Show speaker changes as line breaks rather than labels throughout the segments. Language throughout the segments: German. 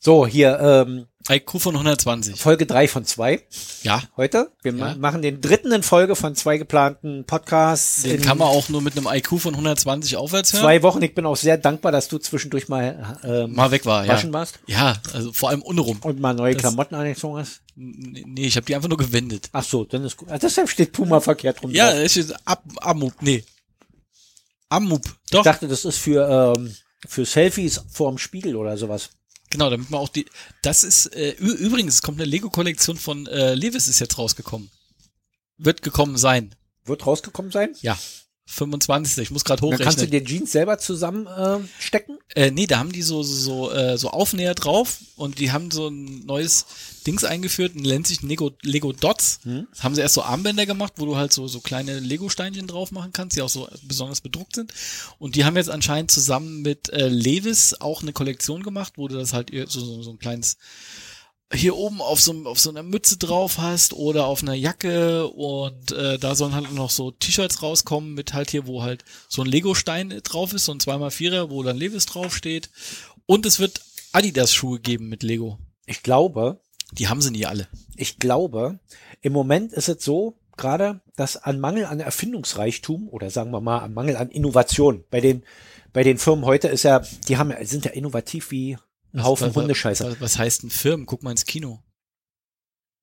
So, hier, ähm,
IQ von 120.
Folge drei von zwei
Ja,
heute. Wir ma-
Ja.
machen den dritten in Folge von zwei geplanten Podcasts.
den
in
kann man auch nur mit einem IQ von 120 aufwärts hören.
zwei Wochen. Ich bin auch sehr dankbar, dass du zwischendurch mal, ähm,
Mal weg war, ja.
waschen warst
Ja, also vor allem unrum.
und mal neue
Das-
Klamotten angezogen hast.
N- Nee, ich habe die einfach nur gewendet.
Ach so, dann ist gut. Ah, deshalb steht Puma verkehrt rum.
Ja,
drauf.
es ist Ab Amup, nee. Amup, doch.
Ich dachte, das ist für, ähm, für Selfies vorm Spiegel oder sowas.
genau, damit man auch die. Das ist äh, ü- übrigens, es kommt eine Lego-Kollektion von äh, Levis ist jetzt rausgekommen. Wird gekommen sein.
Wird rausgekommen sein?
Ja. 25. Ich muss gerade
Dann kannst du dir
hochrechnen.
Jeans selber zusammenstecken. Ähm, stecken.
Äh, nee, da haben die so so so, äh, so Aufnäher drauf und die haben so ein neues Dings eingeführt, ein nennt sich Lego, Lego Dots. Das haben sie erst so Armbänder gemacht, wo du halt so so kleine Lego Steinchen drauf machen kannst, die auch so besonders bedruckt sind. Und die haben jetzt anscheinend zusammen mit äh, Levis auch eine Kollektion gemacht, wo du das halt ihr- so so, so ein kleines hier oben auf so, einem- auf so einer Mütze drauf hast oder auf einer Jacke und äh, da sollen halt noch so T-Shirts rauskommen mit halt hier, wo halt so ein Lego-Stein drauf ist, so ein 2x4er, wo dann Levis draufsteht. Und es wird Adidas-Schuhe geben mit Lego.
Ich glaube,
Die haben sie nie alle.
ich glaube, im Moment ist es so, gerade, dass an Mangel an Erfindungsreichtum oder sagen wir mal an Mangel an Innovation bei den, bei den Firmen heute ist ja, die haben, ja- sind ja innovativ wie ein Haufen
was,
Hundescheiße.
Was, was heißt denn Firmen? Guck mal ins Kino.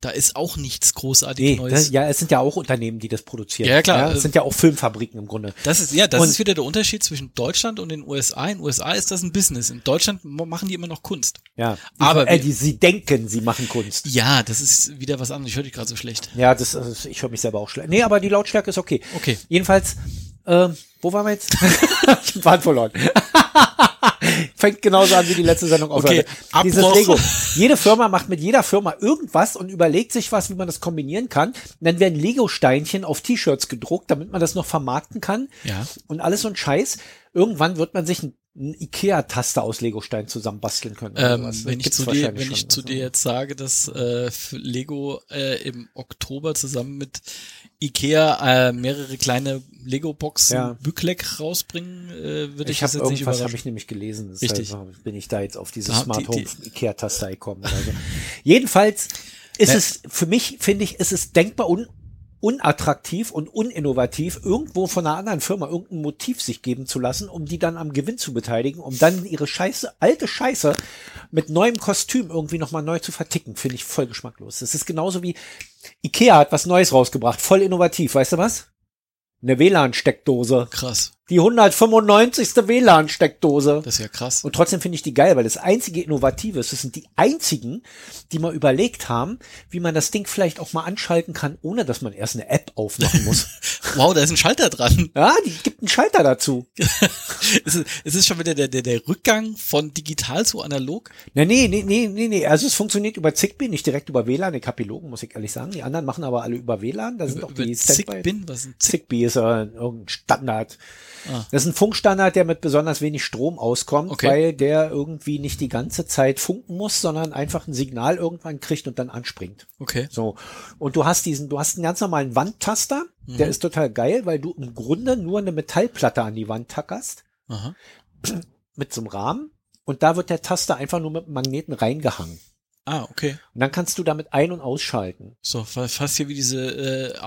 Da ist auch nichts großartig
Nee,
Neues.
das, ja, es sind ja auch Unternehmen, die das produzieren.
Ja, ja, klar. also
es sind ja auch Filmfabriken im Grunde.
Das ist, ja, das
Und-
ist wieder der Unterschied zwischen Deutschland und den USA. In USA ist das ein Business. In Deutschland mo- machen die immer noch Kunst.
Ja.
Aber
äh,
wir-
die, sie denken, sie machen Kunst.
Ja, das ist wieder was anderes. Ich höre dich gerade so schlecht.
Ja, das ist, ich höre mich selber auch schlecht. Nee, aber die Lautstärke ist okay.
Okay.
Jedenfalls, ähm, wo waren wir jetzt? ich hab Faden verloren. Fängt genauso an wie die letzte Sendung auf.
Okay, Abbruch.
Dieses Lego. Jede Firma macht mit jeder Firma irgendwas und überlegt sich was, wie man das kombinieren kann. Und dann werden Lego-Steinchen auf T-Shirts gedruckt, damit man das noch vermarkten kann.
Ja.
Und alles so ein Scheiß. Irgendwann wird man sich einen Ikea-Taster aus Lego-Steinen zusammenbasteln können. oder
Ähm,
sowas.
wenn ich,
äh, Gibt's
zu dir,
wahrscheinlich
wenn ich
schon. ne? also
zu dir jetzt sage, dass äh, für Lego äh, im Oktober zusammen mit Ikea äh, mehrere kleine Lego-Boxen
Ja,
Bükleck rausbringen, äh, würde ich,
Ich
das
habe
jetzt nicht
irgendwas habe
überraschen.
ich nämlich gelesen.
Richtig.
Deshalb bin ich da jetzt auf diese
Da haben
Smart
die-
Home
die-
Ikea-Taste gekommen. Oder so. Jedenfalls ist
Ne.
es für mich finde ich ist es denkbar un unattraktiv und uninnovativ irgendwo von einer anderen Firma irgendein Motiv sich geben zu lassen, um die dann am Gewinn zu beteiligen, um dann ihre Scheiße alte Scheiße mit neuem Kostüm irgendwie noch mal neu zu verticken, finde ich voll geschmacklos. Das ist genauso wie Ikea hat was Neues rausgebracht, voll innovativ, weißt du was? Eine WLAN-Steckdose
Krass,
die 195. WLAN-Steckdose.
das ist ja krass.
Und trotzdem finde ich die geil, weil das einzige Innovative ist, das sind die einzigen, die mal überlegt haben, wie man das Ding vielleicht auch mal anschalten kann, ohne dass man erst eine App aufmachen muss.
Wow, da ist ein Schalter dran.
ja, die gibt einen Schalter dazu.
es, ist, es ist schon wieder der, der, der Rückgang von digital zu analog.
Nee, nee, nee, nee, nee, nee. Also es funktioniert über Zigbee, nicht direkt über WLAN. Ich habe Logen, muss ich ehrlich sagen. Die anderen machen aber alle über WLAN. Da sind auch
Über
die Standby-
Zigbin, was ist ein Zig
Zigbee ist äh, irgendein Standard.
Ah.
Das ist ein Funkstandard, der mit besonders wenig Strom auskommt,
Okay.
weil der irgendwie nicht die ganze Zeit funken muss, sondern einfach ein Signal irgendwann kriegt und dann anspringt.
Okay.
So. Und du hast diesen, du hast einen ganz normalen Wandtaster, der
Mhm.
ist total geil, weil du im Grunde nur eine Metallplatte an die Wand tackerst
Aha.
mit so einem Rahmen und da wird der Taster einfach nur mit einem Magneten reingehangen.
Ah, okay.
Und dann kannst du damit ein- und ausschalten.
So, fa- fast hier wie diese äh,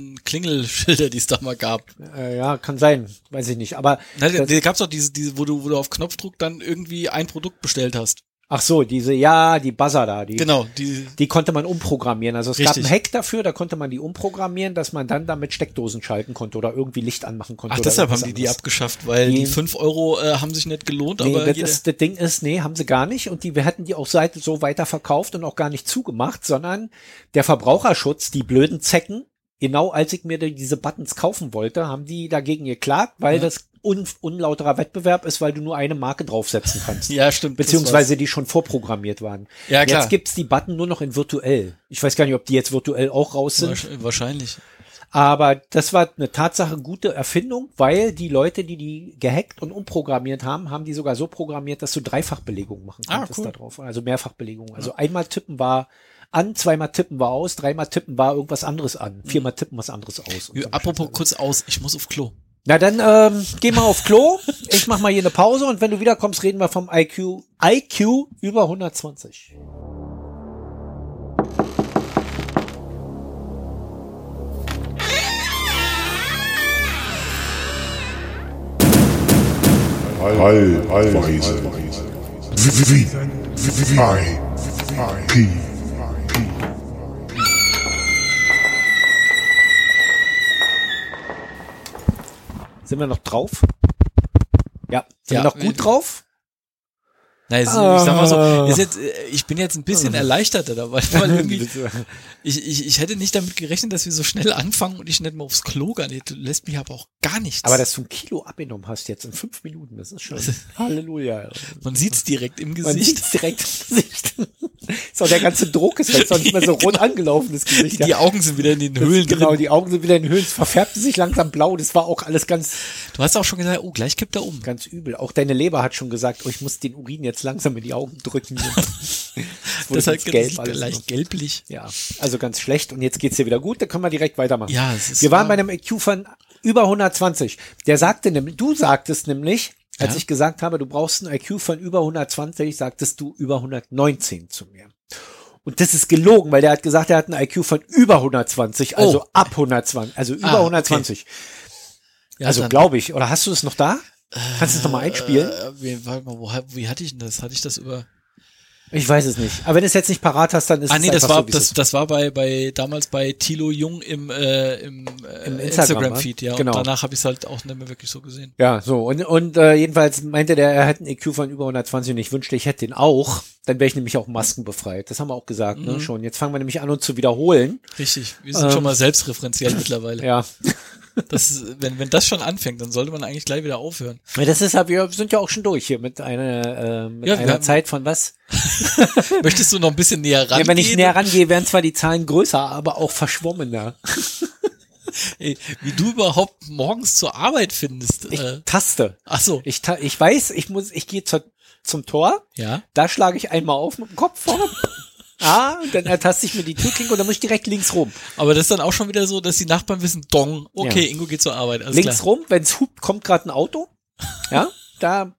Amazon-Klingelschilder, die es da mal gab.
Äh, ja, kann sein, weiß ich nicht. Aber
Na, da,
Das-
da gab's doch diese, diese, wo du, wo du auf Knopfdruck dann irgendwie ein Produkt bestellt hast.
ach so, diese, ja, die Buzzer da, die,
Genau, die,
Die konnte man umprogrammieren. Also es gab
Richtig.
einen Hack dafür, da konnte man die umprogrammieren, dass man dann damit Steckdosen schalten konnte oder irgendwie Licht anmachen konnte.
ach,
oder
deshalb haben
irgendwas
die die
anderes.
abgeschafft, weil
Die-
die fünf Euro äh, haben sich nicht gelohnt,
Nee,
aber
das,
jeder,
ist, das Ding ist, nee, haben sie gar nicht und die wir hätten die auch seit so weiter verkauft und auch gar nicht zugemacht, sondern der Verbraucherschutz, die blöden Zecken, genau als ich mir die- diese Buttons kaufen wollte, haben die dagegen geklagt, weil
Ja.
das un, unlauterer Wettbewerb ist, weil du nur eine Marke draufsetzen kannst.
ja, stimmt. das
Beziehungsweise die schon vorprogrammiert waren.
war's. ja, klar.
Jetzt gibt's die Button nur noch in virtuell. Ich weiß gar nicht, ob die jetzt virtuell auch raus sind.
Wahrsch- Wahrscheinlich.
Aber das war eine Tatsache gute Erfindung, weil die Leute, die die gehackt und umprogrammiert haben, haben die sogar so programmiert, dass du Dreifachbelegung machen
Ah,
konntest
cool.
da drauf. Also Mehrfachbelegung. Also einmal tippen war an, zweimal tippen war aus, dreimal tippen war irgendwas anderes an, viermal tippen was anderes aus. und so ein
Mhm. Apropos
Scheiß.
kurz aus, ich muss auf Klo.
Na dann ähm, geh mal auf Klo. Ich mach mal hier eine Pause und wenn du wiederkommst, reden wir vom IQ IQ über 120.
Allweise. Wie, wie, wie, I, P,
Sind wir noch drauf? Ja, sind
Ja.
wir noch gut drauf?
Nein, es- ich sag mal so, ist jetzt, äh, ich bin jetzt ein bisschen erleichterter dabei, weil irgendwie, ich, ich, ich hätte nicht damit gerechnet, dass wir so schnell anfangen und ich nicht mal aufs Klo gehe. Nee, Du lässt mich aber auch gar nichts.
Aber dass du ein Kilo abgenommen hast jetzt in fünf Minuten, das ist schon Halleluja.
Man sieht's direkt im
Man
Gesicht.
sieht's direkt im Gesicht. so, der ganze Druck ist weg, sonst nicht mehr so rot angelaufenes Gesicht.
Die Augen sind wieder in den
Das-
Höhlen
Genau,
drin.
die Augen sind wieder in Höhlen, es verfärbte sich langsam blau, das war auch alles ganz,
Du hast auch schon gesagt, oh, gleich kippt er um.
ganz übel. Auch deine Leber hat schon gesagt, oh, ich muss den Urin jetzt langsam in die Augen drücken. Das wurde
Das
ganz
hat gelb,
alles.
leicht gelblich.
Ja, also ganz schlecht und jetzt geht's dir wieder gut, da können wir direkt weitermachen.
Ja, es ist
wir waren
wahr.
bei einem IQ von über 120. Der sagte nämlich, du sagtest nämlich, als
Ja.
ich gesagt habe, du brauchst einen IQ von über 120, sagtest du über 119 zu mir. Und das ist gelogen, weil der hat gesagt, er hat einen IQ von über 120, also
Oh.
ab 120, also über
Ah, okay.
120.
Ja,
also
dann-
glaube ich, oder hast du das noch da? Kannst du es nochmal einspielen?
Äh, wie, warte mal, wo, hab- wie hatte ich denn das? Hatte ich das über.
Ich weiß es nicht. Aber wenn du es jetzt nicht parat hast, dann ist
Ah
es
nee,
einfach
das war
so, wie es
das,
ist.
das war bei bei damals bei Tilo Jung im äh, im, äh,
Im Instagram,
Instagram Feed, ja.
Genau.
Und danach habe ich es halt auch nicht mehr wirklich so gesehen.
Ja, so. Und, und äh, jedenfalls meinte der, er hat einen EQ von über 120 und ich wünschte, ich hätte den auch. Dann wäre ich nämlich auch maskenbefreit. Das haben wir auch gesagt,
Mhm.
ne, schon. Jetzt fangen wir nämlich an, uns zu wiederholen.
Richtig. Wir sind schon mal selbstreferenziell mittlerweile.
Ähm. Ja.
Das ist, wenn wenn das schon anfängt, dann sollte man eigentlich gleich wieder aufhören.
Das ist ja, wir sind ja auch schon durch hier mit einer, äh, mit
Ja, wir
einer
haben-
Zeit von was?
Möchtest du noch ein bisschen näher
Ja,
rangehen?
wenn ich näher rangehe, werden zwar die Zahlen größer, aber auch verschwommener.
Ey, wie du überhaupt morgens zur Arbeit findest.
Ich
äh,
taste.
ach so.
Ich, ta ich weiß, ich muss, ich gehe zur- zum Tor,
ja.
da schlage ich einmal auf mit dem Kopf vorne. Ah, und dann ertaste ich mir die Türklinke und dann muss ich direkt links rum.
Aber das ist dann auch schon wieder so, dass die Nachbarn wissen, Dong, okay,
Ja.
Ingo geht zur Arbeit. Alles
links
klar.
rum, wenn's hupt, kommt gerade ein Auto. Ja, da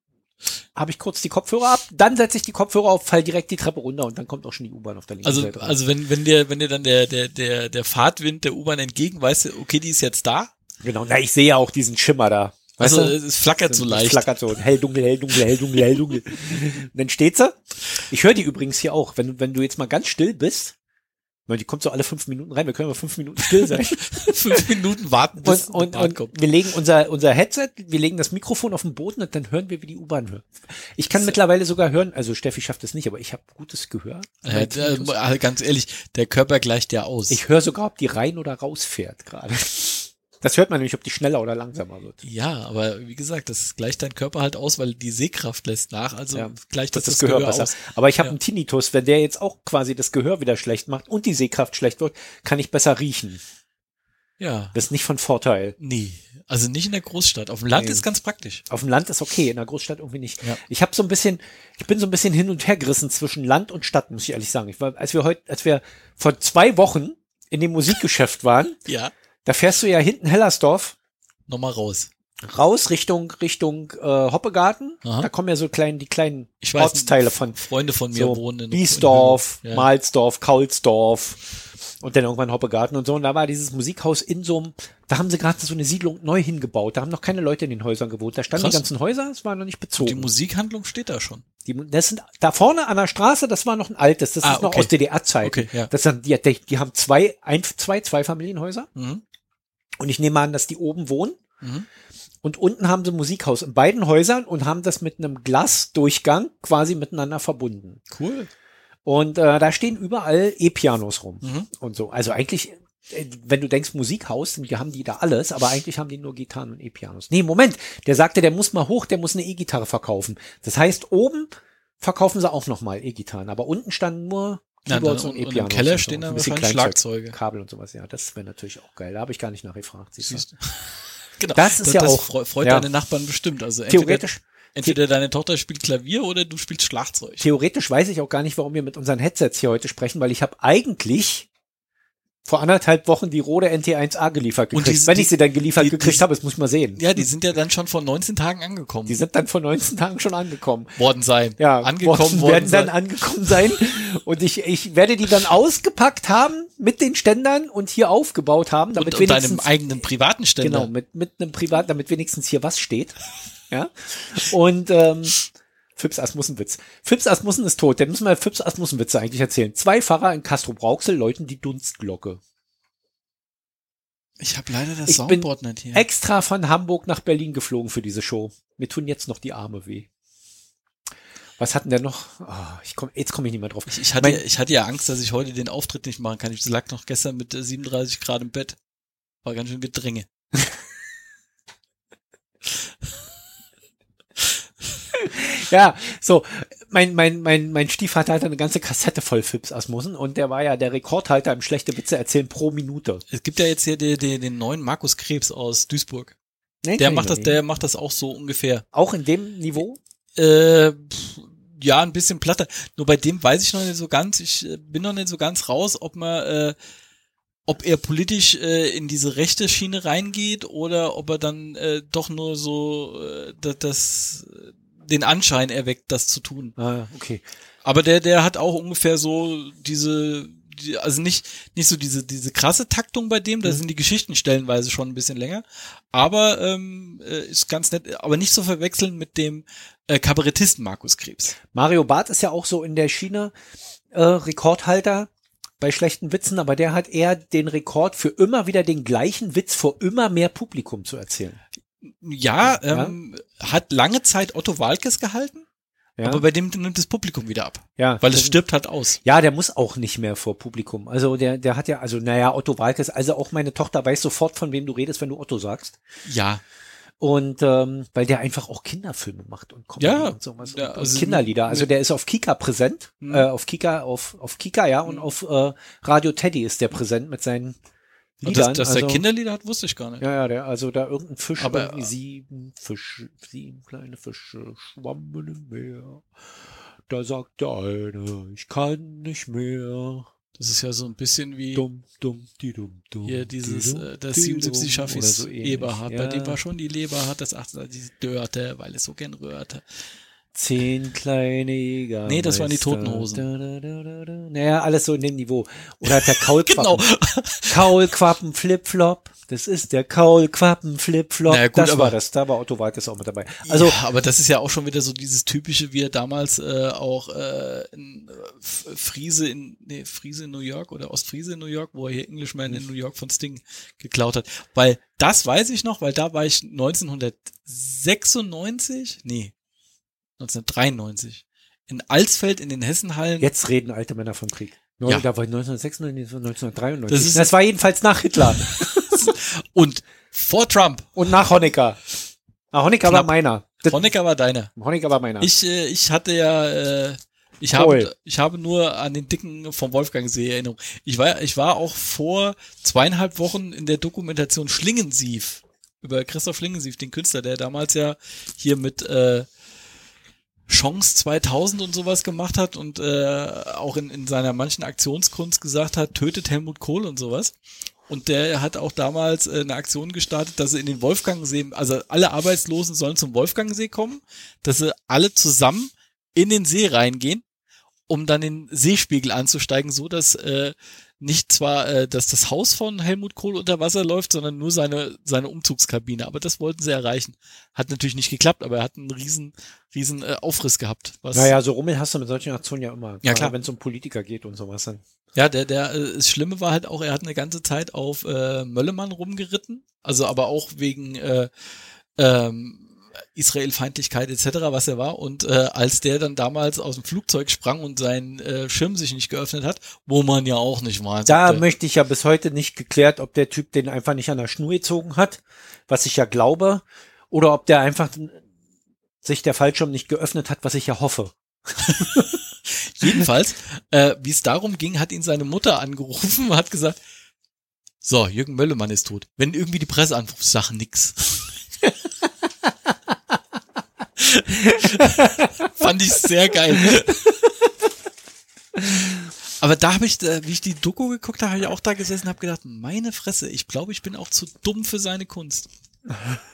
habe ich kurz die Kopfhörer ab, dann setze ich die Kopfhörer auf, fall direkt die Treppe runter und dann kommt halt auch schon die U-Bahn auf der linken
Also,
Seite.
also wenn, wenn dir, wenn dir dann der, der, der, der Fahrtwind der U-Bahn entgegen, weißt du, okay, die ist jetzt da.
genau, na, ich sehe ja auch diesen Schimmer da. Weißt
also,
du?
es flackert so
Das
leicht.
Flackert so. Hell, dunkel, hell, dunkel, hell, dunkel, hell, dunkel. Und dann steht sie. Ich höre die übrigens hier auch. Wenn, du- wenn du jetzt mal ganz still bist, weil die kommt so alle fünf Minuten rein, wir können mal fünf Minuten still sein.
Fünf Minuten warten, bis
und,
die
und,
Bahn
und
kommt.
wir legen unser, unser Headset, wir legen das Mikrofon auf den Boden und dann hören wir, wie die U-Bahn hört. Ich kann mittlerweile sogar hören, also Steffi schafft es nicht, aber ich habe gutes Gehör.
Äh, äh, ganz ehrlich, der Körper gleicht ja aus.
Ich höre sogar, ob die rein oder raus fährt gerade. Das hört man nämlich, ob die schneller oder langsamer wird.
ja, aber wie gesagt, das gleicht dein Körper halt aus, weil die Sehkraft lässt nach, also
Ja,
gleicht das,
Das,
das,
ist Gehör, besser.
aus.
Aber ich habe einen Tinnitus, wenn der jetzt auch quasi das Gehör wieder schlecht macht und die Sehkraft schlecht wird, kann ich besser riechen.
Ja,
Das ist nicht von Vorteil.
nee. Also nicht in der Großstadt. Auf dem Land
Nee.
ist ganz praktisch.
Auf dem Land ist okay, in der Großstadt irgendwie nicht.
Ja.
Ich habe so ein bisschen, ich bin so ein bisschen hin und her gerissen zwischen Land und Stadt, muss ich ehrlich sagen. Ich war, als wir heute, als wir vor zwei Wochen in dem Musikgeschäft waren,
Ja.
da fährst du ja hinten Hellersdorf
Nochmal raus.
raus Richtung Richtung äh, Hoppegarten.
Aha.
Da kommen ja so klein, die kleinen
Ich weiß,
Ortsteile von
Freunde von mir
so
wohnen in
Biesdorf,
in Höhen. Ja.
Mahlsdorf, Kaulsdorf und dann irgendwann Hoppegarten und so. Und da war dieses Musikhaus in so einem, da haben sie gerade so eine Siedlung neu hingebaut. Da haben noch keine Leute in den Häusern gewohnt. Da standen die
Krass.
ganzen Häuser, es war noch nicht
Die
bezogen.
Musikhandlung steht da schon.
Die, das sind, da vorne an der Straße, das war noch ein altes, das
Ah,
ist noch
okay.
aus DDR-Zeit.
Okay, ja.
Das sind, die, die, die haben zwei, ein, zwei, zwei Familienhäuser
Mhm.
und ich nehme an, dass die oben wohnen.
Mhm.
Und unten haben sie ein Musikhaus in beiden Häusern und haben das mit einem Glasdurchgang quasi miteinander verbunden.
Cool.
Und äh, da stehen überall E-Pianos rum
Mhm.
und so. Also eigentlich, äh, wenn du denkst Musikhaus, dann haben die da alles, aber eigentlich haben die nur Gitarren und E-Pianos. Nee, Moment, der sagte, der muss mal hoch, der muss eine E-Gitarre verkaufen. Das heißt, oben verkaufen sie auch nochmal E-Gitarren, aber unten standen nur
Na,
Keyboards
dann-
und
und- und im
E-Pianos.
Keller
und so.
stehen
Und
dann
ein bisschen
wahrscheinlich
Kleinzeug,
Schlagzeuge.
Kabel und sowas, ja, das wäre natürlich auch geil. Da habe ich gar nicht nachgefragt. siehst du.
Siehst du. Genau.
Das ist ja
das
auch-
freu- freut
ja.
deine Nachbarn bestimmt. Also entweder,
Theoretisch,
entweder deine Tochter spielt Klavier oder du spielst Schlagzeug.
theoretisch weiß ich auch gar nicht, warum wir mit unseren Headsets hier heute sprechen, weil ich habe eigentlich vor anderthalb Wochen die rote NT1A geliefert
Und
gekriegt.
die-
Wenn
die-
ich sie dann geliefert
die-
gekriegt
die-
habe, das muss ich mal sehen.
Ja, die sind ja dann schon vor 19 Tagen angekommen
Die sind dann vor 19 Tagen schon angekommen.
worden sein.
Ja,
angekommen
worden- werden
worden
dann
sein.
angekommen sein. Und ich, ich werde die dann ausgepackt haben mit den Ständern und hier aufgebaut haben, damit
Und, und
wenigstens
deinem eigenen privaten Ständer.
genau mit mit einem Privat, damit wenigstens hier was steht. Ja. Und ähm, Fips Asmussenwitz. Fips Asmussen ist tot. Der müssen wir Fips Asmussenwitze eigentlich erzählen. Zwei Pfarrer in Castro Brauxel läuten die Dunstglocke.
Ich habe leider das
Ich bin
Soundboard nicht hier.
Extra von Hamburg nach Berlin geflogen für diese Show. Mir tun jetzt noch die Arme weh. Was hatten denn noch? Ah, ich komm, jetzt komme ich nicht mehr drauf.
Ich, ich, hatte, ich hatte ja Angst, dass ich heute den Auftritt nicht machen kann. Ich lag noch gestern mit äh, 37 Grad im Bett. War ganz schön Gedränge.
Ja, so, mein, mein, mein, mein Stiefvater hatte eine ganze Kassette voll Fips Asmussen und der war ja der Rekordhalter im schlechte Witze erzählen pro Minute.
Es gibt ja jetzt hier den, den, den neuen Markus Krebs aus Duisburg.
Nee,
Der
kenn ich
macht
noch
das,
nicht.
der macht das auch so ungefähr.
Auch in dem Niveau?
Äh, pff, ja, ein bisschen platter. Nur bei dem weiß ich noch nicht so ganz, ich äh, bin noch nicht so ganz raus, ob man, äh, ob er politisch äh, in diese rechte Schiene reingeht oder ob er dann äh, doch nur so äh, da- das, äh, den Anschein erweckt, das zu tun.
Ah, okay.
Aber der, der hat auch ungefähr so diese, die, also nicht, nicht so diese, diese krasse Taktung bei dem, da
Mhm.
sind die Geschichten stellenweise schon ein bisschen länger. Aber ähm, äh, ist ganz nett, aber nicht zu verwechseln mit dem äh, Kabarettisten Markus Krebs.
Mario Barth ist ja auch so in der Schiene äh, Rekordhalter bei schlechten Witzen, aber der hat eher den Rekord für immer wieder den gleichen Witz vor immer mehr Publikum zu erzählen.
Ja, ähm, hat lange Zeit Otto Walkes gehalten,
Ja,
aber bei dem nimmt das Publikum wieder ab,
ja
weil es
das-
stirbt halt aus.
Ja, der muss auch nicht mehr vor Publikum. Also der, der hat ja, also naja, Otto Walkes, also auch meine Tochter weiß sofort, von wem du redest, wenn du Otto sagst.
Ja,
Und ähm, weil der einfach auch Kinderfilme macht und Comedy
Ja,
und sowas
ja,
und,
also
und Kinderlieder. Also der ist auf Kika präsent,
Mhm.
äh, auf Kika, auf, auf Kika, ja, und auf äh, Radio Teddy ist der präsent mit seinen
und
Liedern.
dass, dass
also,
der Kinderlieder hat, wusste ich gar nicht.
Ja, ja, der, also da irgendein Fisch,
Aber-
irgendwie sieben Fische, sieben kleine Fische schwammen im Meer. Da sagt der eine, ich kann nicht mehr.
Das ist ja so ein bisschen wie
Dum, dum, die, dum, dum,
Hier dieses,
die,
äh, das
die,
77 Schaffis
oder so ähnlich.
Eberhard, bei
Ja.
dem war schon die Leber hat, das 18, die dörrte, weil es so gern rührte.
Zehn kleine Jäger.
Nee, das waren die Toten Hosen.
Da, da, da, da, da. Naja, alles so in dem Niveau. Oder hat der Kaulquappen.
Genau.
genau. Kaulquappen Flipflop. Das ist der Kaulquappen Flipflop.
Naja, gut,
das
aber-
war das. Da war Otto Walkes auch mit dabei. Also,
ja, aber das ist ja auch schon wieder so dieses typische, wie er damals äh, auch äh, in äh, F- Friese in nee, Friese in New York oder Ostfriese in New York, wo er hier Englishman in New York von Sting geklaut hat. Weil das weiß ich noch, weil da war ich 1996, nee, 1993 in Alsfeld in den Hessenhallen.
jetzt reden alte Männer vom Krieg. Neun,
Ja.
Da war 1996, 1993.
Das
Das,
ist-
das war jedenfalls nach Hitler
Und vor Trump.
und nach Honecker. Na, Honecker
Knapp.
war meiner. Das,
Honecker war deiner.
Honecker war meiner.
Ich, äh, ich hatte ja, äh, ich,
Kohl.
habe, ich habe nur an den Dicken vom Wolfgang See Erinnerung. Ich war, ich war auch vor zweieinhalb Wochen in der Dokumentation Schlingensief über Christoph Schlingensief, den Künstler, der damals ja hier mit äh, Chance 2000 und sowas gemacht hat und äh, auch in, in seiner manchen Aktionskunst gesagt hat, tötet Helmut Kohl und sowas. Und der hat auch damals äh, eine Aktion gestartet, dass sie in den Wolfgangsee, also alle Arbeitslosen sollen zum Wolfgangsee kommen, dass sie alle zusammen in den See reingehen, um dann den Seespiegel anzusteigen, so dass äh, nicht zwar, äh, dass das Haus von Helmut Kohl unter Wasser läuft, sondern nur seine seine Umzugskabine. Aber das wollten sie erreichen. Hat natürlich nicht geklappt, aber er hat einen riesen riesen äh, Aufriss gehabt. Was,
naja, so Rummel hast du mit solchen Aktionen ja immer.
Ja,
Gerade
klar.
Wenn es um Politiker geht und sowas dann.
Ja, der, der, äh, das Schlimme war halt auch, er hat eine ganze Zeit auf äh, Möllemann rumgeritten, also aber auch wegen äh, ähm, Israelfeindlichkeit etc., was er war. Und äh, als der dann damals aus dem Flugzeug sprang und sein äh, Schirm sich nicht geöffnet hat, wo man ja auch nicht weiß. ob
Da
der-
möchte ich ja bis heute nicht geklärt, ob der Typ den einfach nicht an der Schnur gezogen hat, was ich ja glaube, oder ob der einfach n- sich der Fallschirm nicht geöffnet hat, was ich ja hoffe.
Jedenfalls, äh, wie es darum ging, hat ihn seine Mutter angerufen und hat gesagt, so, Jürgen Möllemann ist tot. Wenn irgendwie die Presse anruft, sag nix. Fand ich sehr geil. Aber da habe ich, da- wie ich die Doku geguckt habe, habe ich auch da gesessen und habe gedacht, meine Fresse, ich glaube, ich bin auch zu dumm für seine Kunst.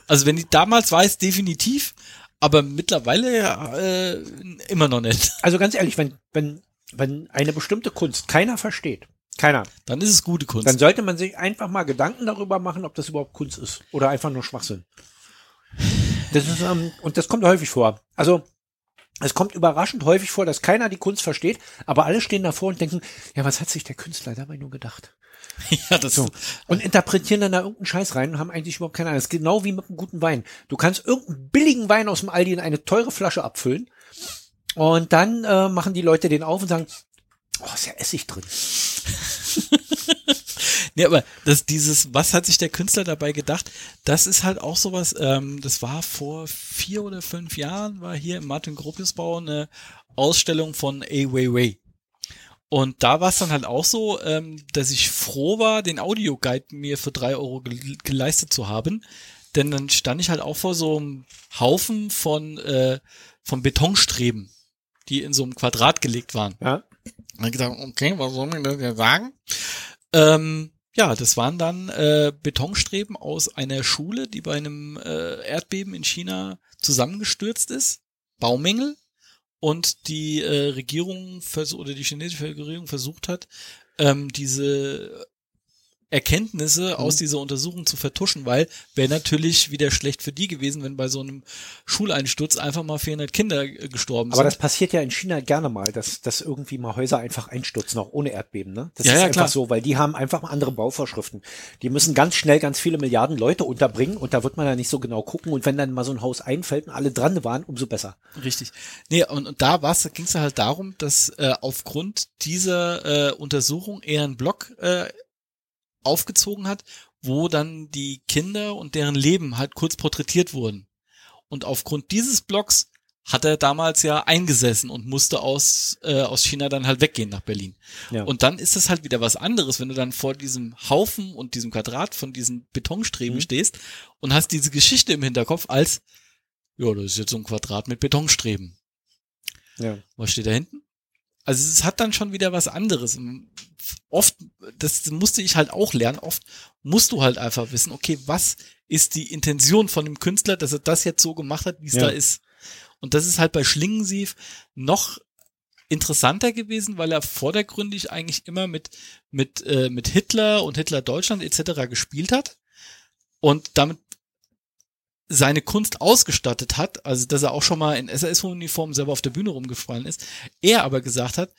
Also wenn ich damals weiß, definitiv, aber mittlerweile äh, immer noch nicht.
Also ganz ehrlich, wenn, wenn, wenn eine bestimmte Kunst keiner versteht, keiner,
Dann ist es gute Kunst.
dann sollte man sich einfach mal Gedanken darüber machen, ob das überhaupt Kunst ist oder einfach nur Schwachsinn. Das ist, ähm, und das kommt häufig vor. Also, es kommt überraschend häufig vor, dass keiner die Kunst versteht, aber alle stehen davor und denken, ja, was hat sich der Künstler dabei nur gedacht?
ja, das
So. Und interpretieren dann da irgendeinen Scheiß rein und haben eigentlich überhaupt keine Ahnung. Das ist genau wie mit einem guten Wein. Du kannst irgendeinen billigen Wein aus dem Aldi in eine teure Flasche abfüllen und dann äh, machen die Leute den auf und sagen, oh, ist ja Essig drin.
Nee, aber das, dieses, was hat sich der Künstler dabei gedacht, das ist halt auch sowas, ähm, das war vor vier oder fünf Jahren, war hier im Martin Gropiusbau eine Ausstellung von A Weiwei. Und da war es dann halt auch so, ähm, dass ich froh war, den Audioguide mir für drei Euro gel geleistet zu haben. Denn dann stand ich halt auch vor so einem Haufen von, äh, von Betonstreben, die in so einem Quadrat gelegt waren.
Ja?
Und hab gedacht, okay, was soll man das jetzt sagen? Ähm, ja, das waren dann äh, Betonstreben aus einer Schule, die bei einem äh, Erdbeben in China zusammengestürzt ist. Baumängel. Und die äh, Regierung vers- oder die chinesische Regierung versucht hat, ähm, diese
Mhm.
Erkenntnisse aus dieser Untersuchung zu vertuschen, weil wäre natürlich wieder schlecht für die gewesen, wenn bei so einem Schuleinsturz einfach mal 400 Kinder äh, gestorben
Aber
sind.
das passiert ja in China gerne mal, dass, dass irgendwie mal Häuser einfach einstürzen, auch ohne Erdbeben. Ne? Das
Ja,
ist
ja,
einfach
klar.
so, weil die haben einfach mal andere Bauvorschriften. Die müssen ganz schnell ganz viele Milliarden Leute unterbringen und da wird man ja nicht so genau gucken. Und wenn dann mal so ein Haus einfällt und alle dran waren, umso besser.
Richtig. Nee, und, und da war's, da ging's ja halt darum, dass äh, aufgrund dieser äh, Untersuchung er einen Blog äh, aufgezogen hat, wo dann die Kinder und deren Leben halt kurz porträtiert wurden. Und aufgrund dieses Blogs hat er damals ja eingesessen und musste aus, äh, aus China dann halt weggehen nach Berlin.
Ja.
Und dann ist das halt wieder was anderes, wenn du dann vor diesem Haufen und diesem Quadrat von diesen Betonstreben
Mhm.
stehst und hast diese Geschichte im Hinterkopf als, ja, das ist jetzt so ein Quadrat mit Betonstreben.
ja.
Was steht da hinten? Also es hat dann schon wieder was anderes. Oft, das musste ich halt auch lernen, oft musst du halt einfach wissen, okay, was ist die Intention von dem Künstler, dass er das jetzt so gemacht hat, wie es
Ja.
da ist. Und das ist halt bei Schlingensief noch interessanter gewesen, weil er vordergründig eigentlich immer mit, mit, äh, mit Hitler und Hitler Deutschland etc. gespielt hat und damit seine Kunst ausgestattet hat, also dass er auch schon mal in SAS-Uniform selber auf der Bühne rumgefallen ist. Er aber gesagt hat,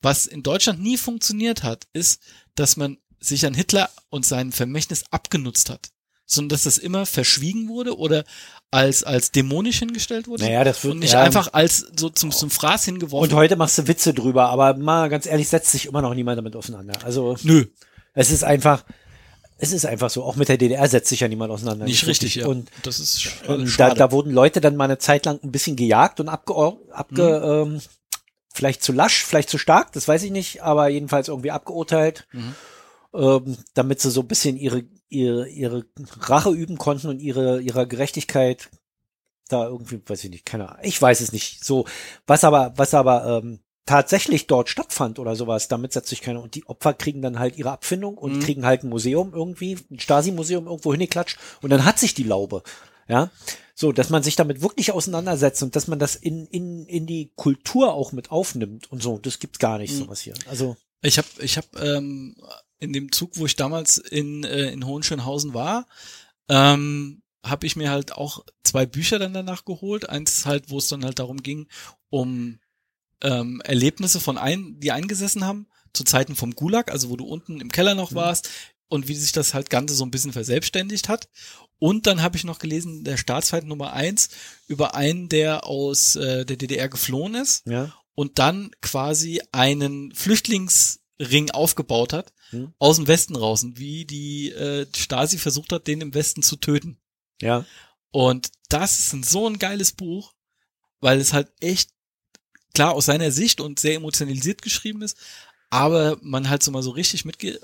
was in Deutschland nie funktioniert hat, ist, dass man sich an Hitler und seinem Vermächtnis abgenutzt hat, sondern dass das immer verschwiegen wurde oder als, als dämonisch hingestellt wurde
Naja, das wird
und nicht
ja,
einfach als so zum, zum Fraß hingeworfen.
Und heute machst du Witze drüber, aber mal ganz ehrlich, setzt sich immer noch niemand damit auseinander. Also
Nö,
es ist einfach, es ist einfach so. Auch mit der DDR setzt sich ja niemand auseinander.
nicht richtig, ja.
Und
das ist sch-
ähm, da,
schade.
da wurden Leute dann mal eine Zeit lang ein bisschen gejagt und abge, abge ähm, vielleicht zu lasch, vielleicht zu stark, das weiß ich nicht, aber jedenfalls irgendwie abgeurteilt,
Mhm.
ähm, damit sie so ein bisschen ihre, ihre, ihre Rache üben konnten und ihre, ihrer Gerechtigkeit da irgendwie, weiß ich nicht, keine Ahnung, ich weiß es nicht. So, was aber, was aber ähm, tatsächlich dort stattfand oder sowas, damit setzt sich keiner. Und die Opfer kriegen dann halt ihre Abfindung und
Mhm.
kriegen halt ein Museum irgendwie, ein Stasi-Museum irgendwo hingeklatscht und dann hat sich die Laube. Ja, so, dass man sich damit wirklich auseinandersetzt und dass man das in, in, in die Kultur auch mit aufnimmt und so, das gibt's gar nicht,
Mhm.
sowas hier. Also,
Ich habe ich hab, ähm, in dem Zug, wo ich damals in, äh, in Hohenschönhausen war, ähm, habe ich mir halt auch zwei Bücher dann danach geholt. Eins halt, wo es dann halt darum ging, um ähm, Erlebnisse von ein, die eingesessen haben, zu Zeiten vom Gulag, also wo du unten im Keller noch
Mhm.
warst und wie sich das halt Ganze so ein bisschen verselbstständigt hat. Und dann habe ich noch gelesen, der Staatsfeind Nummer eins über einen, der aus äh, der DDR geflohen ist
ja.
und dann quasi einen Flüchtlingsring aufgebaut hat,
Hm.
aus dem Westen raus, und wie die äh, Stasi versucht hat, den im Westen zu töten.
Ja.
Und das ist ein, so ein geiles Buch, weil es halt echt klar aus seiner Sicht und sehr emotionalisiert geschrieben ist, aber man halt so mal so richtig mitge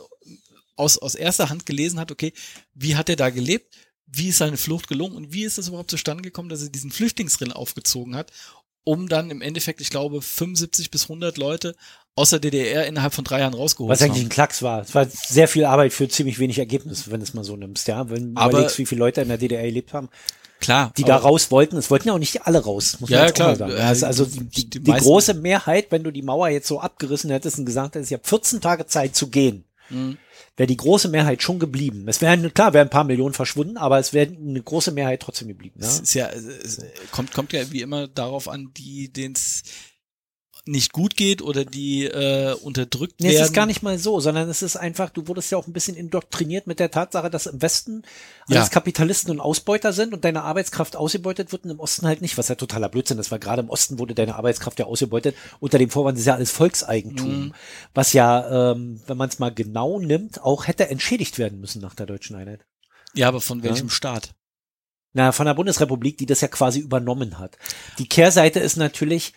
aus, aus erster Hand gelesen hat, okay, wie hat er da gelebt? Wie ist seine Flucht gelungen und wie ist es überhaupt zustande gekommen, dass er diesen Flüchtlingsring aufgezogen hat, um dann im Endeffekt, ich glaube, 75 bis 100 Leute aus der DDR innerhalb von drei Jahren rausgeholt
Was eigentlich
haben.
ein Klacks war. Es war sehr viel Arbeit für ziemlich wenig Ergebnis, wenn du es mal so nimmst, ja. Wenn du
Aber-
überlegst, wie viele Leute in der DDR gelebt haben,
Klar.
die da
aber-
raus wollten. Es wollten ja auch nicht alle raus, muss
Ja,
man jetzt
klar.
auch mal sagen.
Ja,
Also, also
die-
die,
die
die
meisten-
große Mehrheit, wenn du die Mauer jetzt so abgerissen hättest und gesagt hättest, ihr habt 14 Tage Zeit zu gehen,
Mhm.
wäre die große Mehrheit schon geblieben. Es wären, klar, wären ein paar Millionen verschwunden, aber es wäre eine große Mehrheit trotzdem geblieben. ne? Ja? Also.
Es ist ja, es kommt, kommt ja wie immer darauf an, die, denen es nicht gut geht oder die äh, unterdrückt
Nee,
werden.
es ist gar nicht mal so, sondern es ist einfach, du wurdest ja auch ein bisschen indoktriniert mit der Tatsache, dass im Westen
Ja.
alles Kapitalisten und Ausbeuter sind und deine Arbeitskraft ausgebeutet wird und im Osten halt nicht, was ja totaler Blödsinn ist, weil gerade im Osten wurde deine Arbeitskraft ja ausgebeutet unter dem Vorwand, es ist ja alles
Mhm.
Volkseigentum, was ja, ähm, wenn man es mal genau nimmt, auch hätte entschädigt werden müssen nach der deutschen Einheit.
Ja, aber von welchem Staat?
Na, von der Bundesrepublik, die das ja quasi übernommen hat. Die Kehrseite ist natürlich,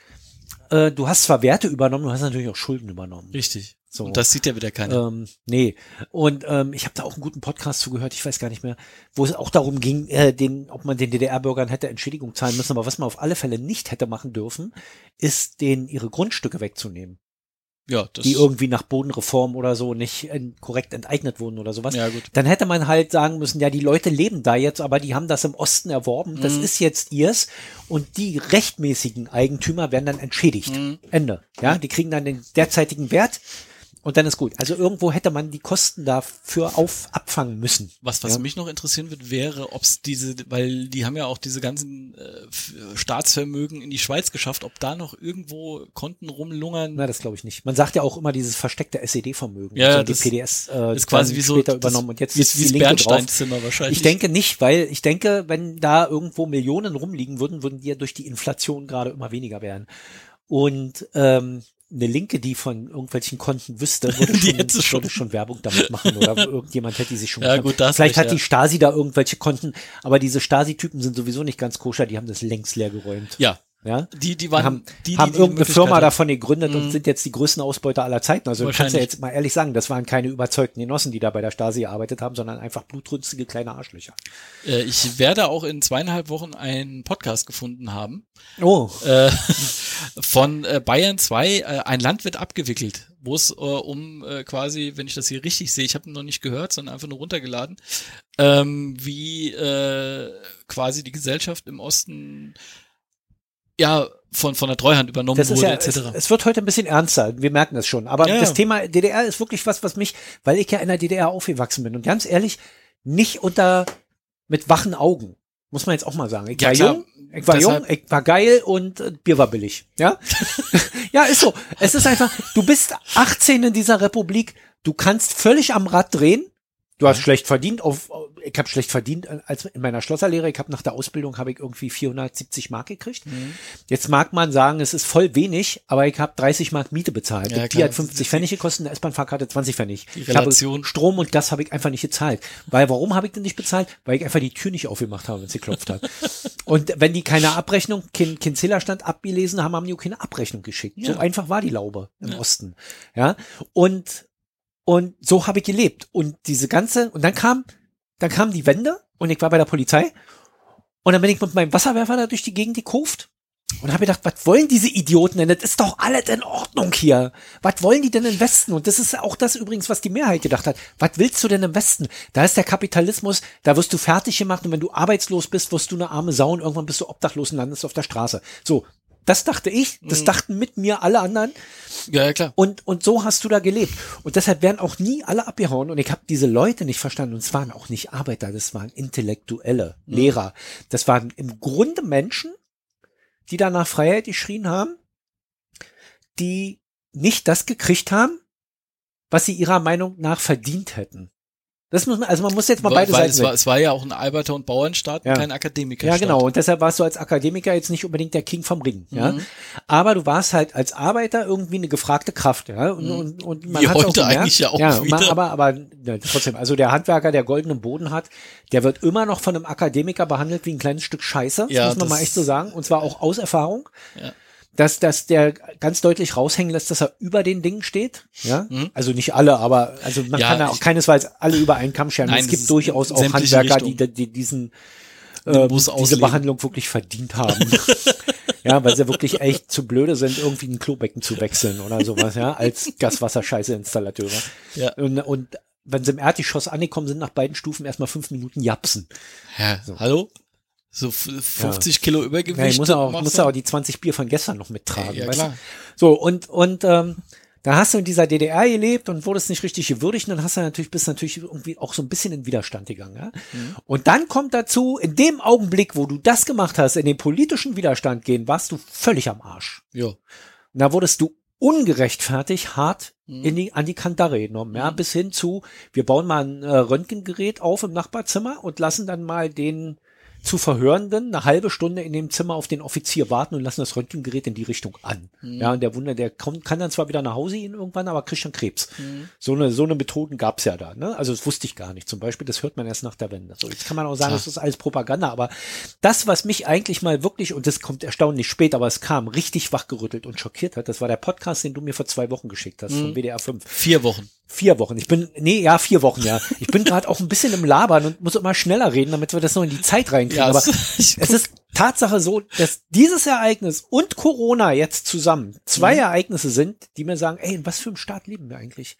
äh, du hast zwar Werte übernommen, du hast natürlich auch Schulden übernommen.
Richtig.
So.
Und das sieht ja wieder keiner.
Ähm, nee. Und ähm, ich habe da auch einen guten Podcast zugehört, ich weiß gar nicht mehr, wo es auch darum ging, äh, den, ob man den DDR-Bürgern hätte Entschädigung zahlen müssen. Aber was man auf alle Fälle nicht hätte machen dürfen, ist denen ihre Grundstücke wegzunehmen,
ja, das
die irgendwie nach Bodenreform oder so nicht äh, korrekt enteignet wurden oder sowas.
Ja, gut.
Dann hätte man halt sagen müssen, ja, die Leute leben da jetzt, aber die haben das im Osten erworben, das
Mhm.
ist jetzt ihrs und die rechtmäßigen Eigentümer werden dann entschädigt.
Mhm.
Ende. Ja, die kriegen dann den derzeitigen Wert und dann ist gut. Also irgendwo hätte man die Kosten dafür auf abfangen müssen.
Was, was
Ja.
mich noch interessieren wird, wäre, ob es diese, weil die haben ja auch diese ganzen äh, F- Staatsvermögen in die Schweiz geschafft, ob da noch irgendwo Konten rumlungern.
Na, das glaube ich nicht. Man sagt ja auch immer dieses versteckte SED-Vermögen.
Ja,
also die
das
PDS äh,
ist quasi
dann
wie so
später
das-
übernommen und jetzt
wie-
ist
wie
die
das
Linke drauf.
Bernsteinzimmer wahrscheinlich.
Ich denke nicht, weil ich denke, wenn da irgendwo Millionen rumliegen würden, würden die ja durch die Inflation gerade immer weniger werden. Und ähm, eine Linke, die von irgendwelchen Konten wüsste, würde
Die
schon,
hätte schon.
Würde schon Werbung damit machen oder irgendjemand hätte die sich schon
Ja,
gekauft.
gut, das
Vielleicht
nicht,
hat
ja.
die Stasi da irgendwelche Konten, aber diese Stasi-Typen sind sowieso nicht ganz koscher, die haben das längst leer geräumt.
Ja,
Ja?
die, die waren,
haben,
die, die,
haben
die
irgendeine
die
Firma
Möglichkeit
davon gegründet
Mhm.
und sind jetzt die größten Ausbeuter aller Zeiten. Also du kannst ja
Wahrscheinlich.
jetzt mal ehrlich sagen, das waren keine überzeugten Genossen, die da bei der Stasi gearbeitet haben, sondern einfach blutrünstige kleine Arschlöcher.
Äh, ich werde auch in zweieinhalb Wochen einen Podcast gefunden haben
Oh,
äh, von äh, Bayern 2, äh, ein Land wird abgewickelt, wo es äh, um äh, quasi, wenn ich das hier richtig sehe, ich habe ihn noch nicht gehört, sondern einfach nur runtergeladen, ähm, wie äh, quasi die Gesellschaft im Osten ja von von der Treuhand übernommen
das ist
wurde
ja,
etc.
es, es wird heute ein bisschen ernster. Wir merken das schon. Aber
Ja,
das
ja.
Thema DDR ist wirklich was, was mich, weil ich ja in der DDR aufgewachsen bin und ganz ehrlich, nicht unter, mit wachen Augen. Muss man jetzt auch mal sagen. Ich
Ja,
war
klar.
jung, ich war jung,
Deshalb-
ich war geil und äh, Bier war billig. Ja? ja, ist so. Es ist einfach, du bist 18 in dieser Republik, du kannst völlig am Rad drehen. Du hast schlecht verdient auf ich habe schlecht verdient äh, als in meiner Schlosserlehre, ich habe nach der Ausbildung habe ich irgendwie 470 Mark gekriegt.
Mhm.
Jetzt mag man sagen, es ist voll wenig, aber ich habe 30 Mark Miete bezahlt.
Ja,
die
klar.
hat 50 Pfennig gekostet, eine S-Bahn-Fahrkarte 20 Pfennig.
Die
Ich habe
Relation.
Strom und Gas habe ich einfach nicht gezahlt. Weil warum habe ich denn nicht bezahlt? Weil ich einfach die Tür nicht aufgemacht habe, wenn sie geklopft hat. und wenn die keine Abrechnung, kein, kein Zählerstand abgelesen haben, haben die auch keine Abrechnung geschickt.
Ja.
So einfach war die Laube im Osten. Ja. Und, und so habe ich gelebt. Und diese ganze, und dann kam, dann kam die Wende und ich war bei der Polizei. Und dann bin ich mit meinem Wasserwerfer da durch die Gegend gekauft und habe gedacht, was wollen diese Idioten denn? Das ist doch alles in Ordnung hier. Was wollen die denn im Westen? Und das ist auch das übrigens, was die Mehrheit gedacht hat. Was willst du denn im Westen? Da ist der Kapitalismus, da wirst du fertig gemacht und wenn du arbeitslos bist, wirst du eine arme Sau und irgendwann bist du obdachlos und landest auf der Straße. So, das dachte ich, das dachten mit mir alle anderen.
ja, ja klar.
Und, und so hast du da gelebt. Und deshalb werden auch nie alle abgehauen. Und ich habe diese Leute nicht verstanden. Und es waren auch nicht Arbeiter, das waren Intellektuelle,
Mhm.
Lehrer. Das waren im Grunde Menschen, die da nach Freiheit geschrien haben, die nicht das gekriegt haben, was sie ihrer Meinung nach verdient hätten. Das muss man, also man muss jetzt mal
Weil,
beide
weil
Seiten
es
sehen.
war, es war ja auch ein Arbeiter- und Bauernstaat,
Ja.
kein Akademikerstaat.
Ja, genau. Und deshalb warst du als Akademiker jetzt nicht unbedingt der King vom Ring. Ja?
Mhm.
Aber du warst halt als Arbeiter irgendwie eine gefragte Kraft. Ja? Und, und, und man
Mhm. Wie
hat's auch
heute
gemerkt,
eigentlich ja auch
ja, man,
wieder.
Aber, aber ne, trotzdem, also der Handwerker, der goldenen Boden hat, der wird immer noch von einem Akademiker behandelt wie ein kleines Stück Scheiße. Das
Ja,
muss man
das-
mal echt so sagen. Und zwar auch aus Erfahrung.
Ja.
Dass, dass der ganz deutlich raushängen lässt, dass er über den Dingen steht. Ja? Also nicht alle, aber also man
Mhm. Ja,
kann ja auch
ich-
keinesfalls alle über einen Kamm scheren.
Nein,
es
das
gibt
ist
durchaus auch
sämtliche
Handwerker, die,
Richtungen.
die diesen
Den
ähm,
Bus
diese
auslegen.
Behandlung wirklich verdient haben. Ja, weil sie wirklich echt zu blöde sind, irgendwie ein Klobecken zu wechseln oder sowas, ja, als Gaswasserscheiße-Installateure.
Ja.
Und, und wenn sie im Erdgeschoss angekommen sind, nach beiden Stufen erstmal fünf Minuten japsen.
Hä,
So.
Hallo? So f- 50 Kilo Übergewicht.
Ja, ich muss auch,
machst
muss
du?
auch die 20 Bier von gestern noch mittragen.
Ja,
weißt du?
klar.
So, und, und ähm, da hast du in dieser DDR gelebt und wurdest nicht richtig gewürdigt und dann hast du natürlich, bist natürlich irgendwie auch so ein bisschen in Widerstand gegangen. Ja? Und dann kommt dazu, in dem Augenblick, wo du das gemacht hast, in den politischen Widerstand gehen, warst du völlig am Arsch.
Ja.
Und da wurdest du ungerechtfertigt hart in die, an die Kandare genommen, ja, bis hin zu, wir bauen mal ein äh, Röntgengerät auf im Nachbarzimmer und lassen dann mal den zu Verhörenden eine halbe Stunde in dem Zimmer auf den Offizier warten und lassen das Röntgengerät in die Richtung an. Ja, und der Wunder, der kommt, kann dann zwar wieder nach Hause gehen irgendwann, aber kriegt dann Krebs. So eine, so eine Methoden gab's ja da, ne? Also das wusste ich gar nicht. Zum Beispiel, das hört man erst nach der Wende. So, jetzt kann man auch sagen, das ist alles Propaganda, aber das, was mich eigentlich mal wirklich, und das kommt erstaunlich spät, aber es kam, richtig wachgerüttelt und schockiert hat, das war der Podcast, den du mir vor zwei Wochen geschickt hast, von WDR 5.
Vier Wochen.
Vier Wochen. Ich bin, nee, ja, vier Wochen, ja. Ich bin gerade auch ein bisschen im Labern und muss immer schneller reden, damit wir das noch in die Zeit reinkriegen.
Ja,
aber
ich
es ist Tatsache so, dass dieses Ereignis und Corona jetzt zusammen zwei Ereignisse sind, die mir sagen, ey, in was für einem Staat leben wir eigentlich?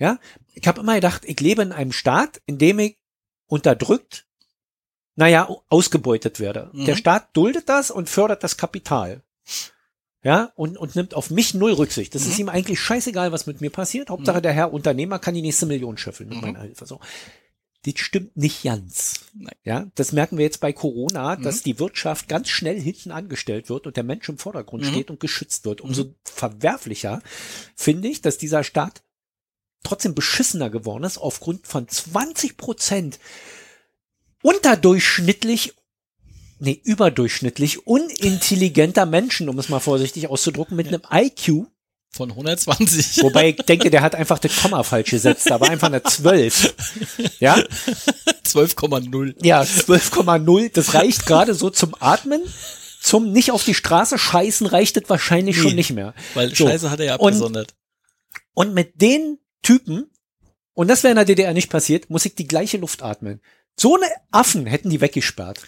Ja, ich habe immer gedacht, ich lebe in einem Staat, in dem ich unterdrückt, naja, ausgebeutet werde.
Mhm.
Der Staat duldet das und fördert das Kapital. Ja, und, und nimmt auf mich null Rücksicht. Das
Mhm.
ist ihm eigentlich scheißegal, was mit mir passiert. Hauptsache, der Herr Unternehmer kann die nächste Million scheffeln
Mhm.
mit meiner Hilfe. So. Das stimmt nicht ganz.
Nein. Mhm.
Ja, das merken wir jetzt bei Corona, dass die Wirtschaft ganz schnell hinten angestellt wird und der Mensch im Vordergrund
Mhm.
steht und geschützt wird. Umso verwerflicher finde ich, dass dieser Staat trotzdem beschissener geworden ist aufgrund von 20 Prozent unterdurchschnittlich nee, überdurchschnittlich unintelligenter Menschen, um es mal vorsichtig auszudrücken, mit einem IQ,
Von 120.
wobei ich denke, der hat einfach das Komma falsch gesetzt, da war einfach eine 12. Ja,
12,0.
ja, 12,0, das reicht gerade so zum Atmen. Zum nicht auf die Straße scheißen reicht das wahrscheinlich schon
Nee,
nicht mehr.
Weil
So.
Scheiße hat er ja
Und-
abgesondert.
Und mit den Typen, und das wäre in der DDR nicht passiert, muss ich die gleiche Luft atmen. So eine Affen hätten die weggesperrt.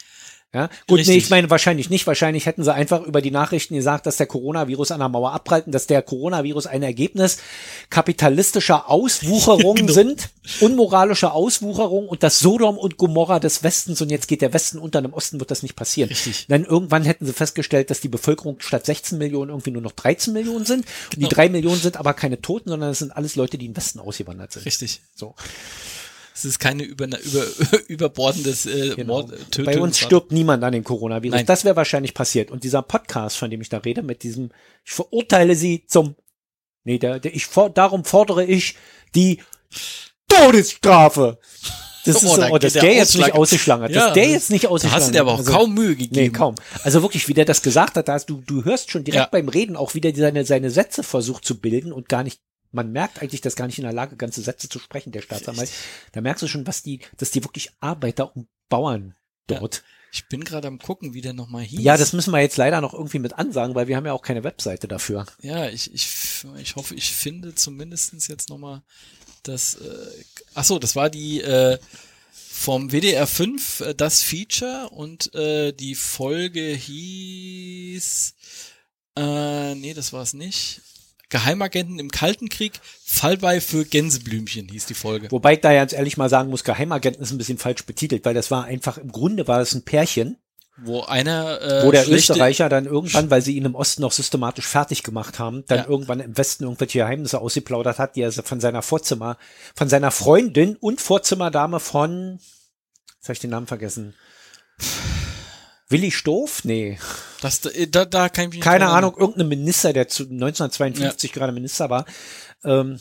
Ja, gut, nee,
Richtig.
ich meine wahrscheinlich nicht. Wahrscheinlich hätten sie einfach über die Nachrichten gesagt, dass der Coronavirus an der Mauer abprallt und dass der Coronavirus ein Ergebnis kapitalistischer Auswucherung
Genau.
sind, unmoralischer Auswucherung und das Sodom und Gomorra des Westens und jetzt geht der Westen unter und im Osten wird das nicht passieren.
Richtig.
Dann irgendwann hätten sie festgestellt, dass die Bevölkerung statt 16 Millionen irgendwie nur noch 13 Millionen sind und
Genau.
die drei Millionen sind aber keine Toten, sondern es sind alles Leute, die in den Westen ausgewandert sind.
Richtig.
So.
Es ist keine über, über, überbordendes äh,
Genau.
Mord. Tö-
Bei uns
Tötungswaffe.
stirbt niemand an dem Coronavirus.
Nein.
Das wäre wahrscheinlich passiert. Und dieser Podcast, von dem ich da rede, mit diesem, ich verurteile sie zum, nee, der, der, ich, for, darum fordere ich die Todesstrafe. Das ist
Oh,
so,
da
oh, dass
geht der
der, jetzt
Ausschlag.
nicht ausgeschlangert,
Ja,
dass der
das-
jetzt nicht
Da
ausgeschlangert
hast du dir aber auch
Also-
kaum Mühe gegeben.
Nee, kaum. Also wirklich, wie der das gesagt hat, da hast du, du hörst schon direkt
Ja.
beim Reden auch wieder seine, seine Sätze versucht zu bilden und gar nicht, man merkt eigentlich, dass gar nicht in der Lage, ganze Sätze zu sprechen, der Staatsanwalt. Da merkst du schon, was die, dass die wirklich Arbeiter und Bauern
Ja.
dort.
Ich bin gerade am gucken, wie der nochmal hieß.
Ja. das müssen wir jetzt leider noch irgendwie mit ansagen, weil wir haben ja auch keine Webseite dafür.
Ja, ich, ich, f- ich hoffe, ich finde zumindestens jetzt nochmal das. Äh, ach so, das war die äh, vom WDR 5, äh, das Feature und äh, die Folge hieß. Äh, nee, das war es nicht. Geheimagenten im Kalten Krieg, Fallbei für Gänseblümchen hieß die Folge.
Wobei ich da ganz ehrlich mal sagen muss, Geheimagenten ist ein bisschen falsch betitelt, weil das war einfach, im Grunde war es ein Pärchen,
Wo einer. Äh,
wo der
schlechte-
Österreicher dann irgendwann, weil sie ihn im Osten noch systematisch fertig gemacht haben, dann
Ja.
irgendwann im Westen irgendwelche Geheimnisse ausgeplaudert hat, die er von seiner Vorzimmer, von seiner Freundin und Vorzimmerdame von, jetzt habe ich den Namen vergessen, Willi Stoff? Nee,
Das, äh, da, da kann ich mich nicht
keine
dran erinnern.
Ahnung, irgendein Minister, der zu 1952 gerade Minister war. Ähm,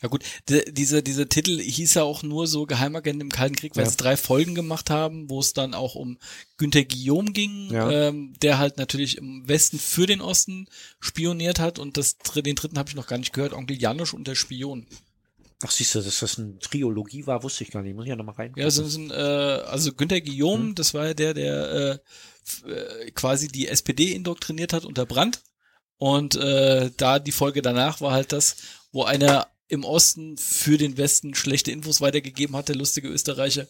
Ja gut, D diese, diese Titel hieß ja auch nur so Geheimagenten im Kalten Krieg, weil
Ja.
sie drei Folgen gemacht haben, wo es dann auch um Günter Guillaume ging,
Ja.
ähm, der halt natürlich im Westen für den Osten spioniert hat und das, dr- den dritten habe ich noch gar nicht gehört, Onkel Janusz und der Spion.
ach siehst du, dass das eine Triologie war, wusste ich gar nicht. Muss ich ja nochmal rein.
Ja, das sind, äh, also Günter Guillaume,
Mhm.
das war ja der, der äh, f- äh, quasi die SPD indoktriniert hat unter Brandt. Und äh, da die Folge danach war halt das, wo einer im Osten für den Westen schlechte Infos weitergegeben hat, der lustige Österreicher.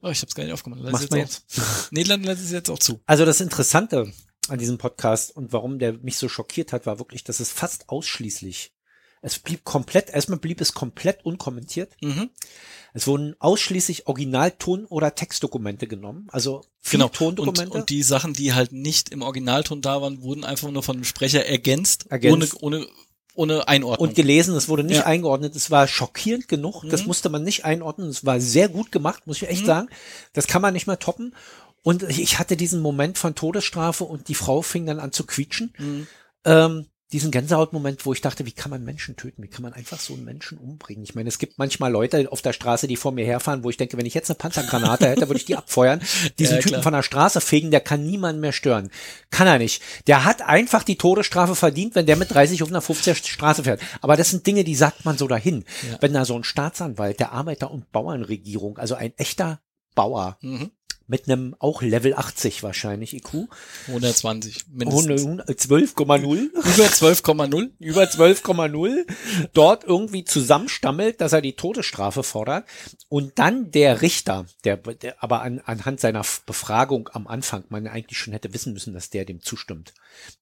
Oh, ich hab's gar nicht aufgemacht. Lass
Mach
es
mal
jetzt. Auch. Nee, dann lass es jetzt auch zu.
Also das Interessante an diesem Podcast und warum der mich so schockiert hat, war wirklich, dass es fast ausschließlich, es blieb komplett, erstmal blieb es komplett unkommentiert.
Mhm.
Es wurden ausschließlich Originalton- oder Textdokumente genommen, also viel
Genau. Und,
Tondokumente.
und die Sachen, die halt nicht im Originalton da waren, wurden einfach nur von dem Sprecher ergänzt,
Ergänzt.
Ohne, ohne, ohne Einordnung.
und gelesen, es wurde nicht
Ja.
eingeordnet, es war schockierend genug, das
Mhm.
musste man nicht einordnen, es war sehr gut gemacht, muss ich echt sagen, das kann man nicht mehr toppen und ich hatte diesen Moment von Todesstrafe und die Frau fing dann an zu quietschen,
Mhm.
ähm, diesen Gänsehautmoment, wo ich dachte, wie kann man Menschen töten, wie kann man einfach so einen Menschen umbringen, ich meine, es gibt manchmal Leute auf der Straße, die vor mir herfahren, wo ich denke, wenn ich jetzt eine Panzergranate hätte, würde ich die abfeuern, diesen
Ja,
Typen
klar.
von der Straße fegen, der kann niemanden mehr stören, kann er nicht, der hat einfach die Todesstrafe verdient, wenn der mit 30 auf einer 50er Straße fährt, aber das sind Dinge, die sagt man so dahin,
Ja.
wenn da so ein Staatsanwalt der Arbeiter- und Bauernregierung, also ein echter Bauer
Mhm.
mit einem auch Level 80 wahrscheinlich IQ,
120 mindestens.
100 12,0
Über 12,0.
über 12,0 dort irgendwie zusammenstammelt, dass er die Todesstrafe fordert und dann der Richter, der, der aber an, anhand seiner F- Befragung am Anfang, man eigentlich schon hätte wissen müssen, dass der dem zustimmt,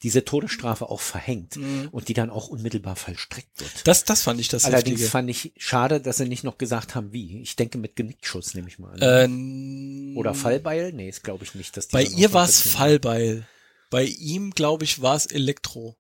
diese Todesstrafe auch verhängt
Mhm.
und die dann auch unmittelbar vollstreckt wird.
Hm. Das, das fand ich das
Allerdings
Heftige.
fand ich schade, dass sie nicht noch gesagt haben, wie. Ich denke mit Genickschuss nehme ich mal an.
Ähm,
Oder Fallbeil? Nee, ist glaube ich nicht. Dass die
Bei
dann
ihr
auch
war es
noch-
Fallbeil. Bei ihm, glaube ich, war es Elektro.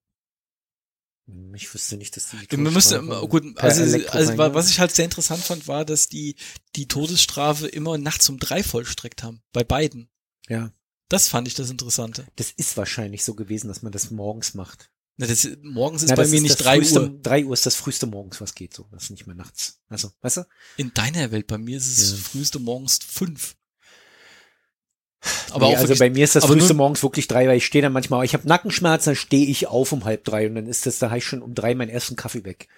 Hm, Ich wüsste nicht, dass die.
Wir müssen,
Todesstrafe
gut,
per
also,
Elektro
also wa-
reingehen.
was ich halt sehr interessant fand, war, dass die die Todesstrafe immer nachts um drei vollstreckt haben. Bei beiden.
Ja.
Das fand ich das Interessante.
Das ist wahrscheinlich so gewesen, dass man das morgens macht.
Na, das, morgens ist
Na,
bei
das
mir
das
nicht drei
früheste,
Uhr.
3 Uhr ist das früheste morgens, was geht so. Das ist nicht mehr nachts. Also, weißt du?
In deiner Welt, bei mir ist es
Ja.
früheste morgens fünf. Aber
nee,
auch
also
wirklich-
bei mir ist das
aber
früheste
nur-
morgens wirklich drei, weil ich stehe dann manchmal, ich habe Nackenschmerzen, dann stehe ich auf um halb drei und dann ist das, da habe ich schon um drei meinen ersten Kaffee weg.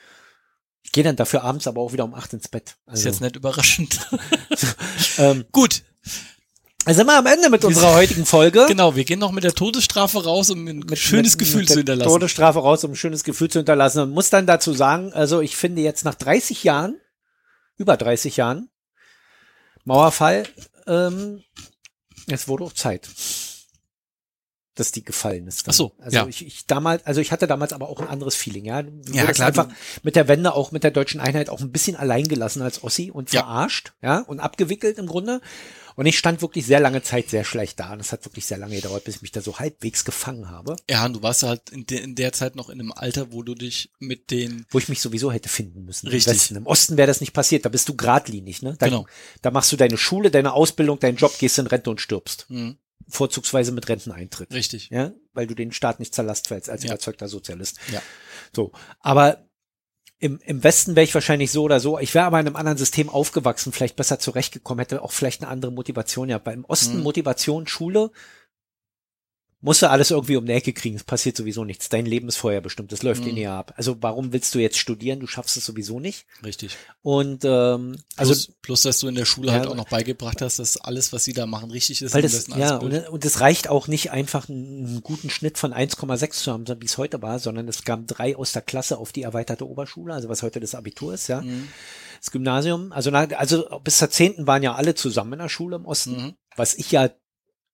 Ich gehe dann dafür abends aber auch wieder um acht ins Bett.
ist
Also,
jetzt nicht überraschend.
ähm,
Gut,
Also sind wir am Ende mit unserer heutigen Folge.
genau, wir gehen noch mit der Todesstrafe raus, um ein
Mit-
schönes
mit-
Gefühl
mit
zu
der
hinterlassen.
Todesstrafe raus, um ein schönes Gefühl zu hinterlassen. Und muss dann dazu sagen, also ich finde jetzt nach 30 Jahren, über 30 Jahren, Mauerfall, ähm, es wurde auch Zeit, dass die gefallen ist. dann.
Ach so,
Also
ja.
ich, ich damals, also ich hatte damals aber auch ein anderes Feeling, ja. Du
Ja,
wurdest
klar, du-
Einfach mit der Wende auch mit der deutschen Einheit auch ein bisschen allein gelassen als Ossi und
Ja.
verarscht, ja, und abgewickelt im Grunde. Und ich stand wirklich sehr lange Zeit sehr schlecht da. Und es hat wirklich sehr lange gedauert, bis ich mich da so halbwegs gefangen habe,
Ja, und du warst halt in, de in der Zeit noch in einem Alter, wo du dich mit den,
wo ich mich sowieso hätte finden müssen.
Richtig.
Im, Westen. Im Osten wäre das nicht passiert. Da bist du geradlinig, ne? Da,
Genau.
da machst du deine Schule, deine Ausbildung, deinen Job, gehst in Rente und stirbst.
hm,
Vorzugsweise mit Renteneintritt.
richtig.
Ja, weil du den Staat nicht zerlasst fällst als
Ja.
überzeugter Sozialist.
Ja.
So. Aber im, im Westen wäre ich wahrscheinlich so oder so. Ich wäre aber in einem anderen System aufgewachsen, vielleicht besser zurechtgekommen, hätte auch vielleicht eine andere Motivation gehabt. Weil im Osten
Mhm.
Motivation, Schule, musst du alles irgendwie um die Ecke kriegen. Es passiert sowieso nichts. Dein Leben ist vorher bestimmt. Das läuft
Mhm.
linear ab. Also warum willst du jetzt studieren? Du schaffst es sowieso nicht.
Richtig.
Und ähm,
Also,
also
plus, plus, dass du in der Schule halt
Ja.
auch noch beigebracht hast, dass alles, was sie da machen, richtig ist.
Weil
und
das,
am besten alles
ja, ne,
blöd.
und, und es reicht auch nicht einfach einen einen guten Schnitt von 1,6 zu haben, so wie es heute war, sondern es kamen drei aus der Klasse auf die erweiterte Oberschule, also was heute das Abitur ist, ja.
Mhm.
Das Gymnasium, also, na, also bis zur zehnten waren ja alle zusammen in der Schule im Osten,
Mhm.
was ich ja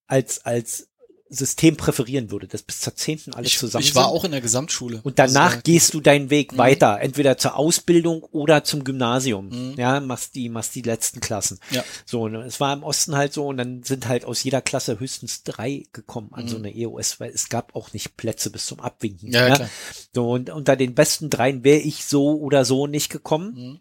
als, als System präferieren würde, dass bis zur zehnten alle
Ich,
zusammen
ich war
sind.
auch in der Gesamtschule.
Und danach
Also,
gehst du deinen Weg
Mhm.
weiter, entweder zur Ausbildung oder zum Gymnasium.
Mhm.
Ja, machst die, machst die letzten Klassen.
Ja.
So, ne, es war im Osten halt so und dann sind halt aus jeder Klasse höchstens drei gekommen an
Mhm.
so eine EOS, weil es gab auch nicht Plätze bis zum Abwinken.
ja, ja, klar.
So, und unter den besten dreien wäre ich so oder so nicht gekommen.
Mhm.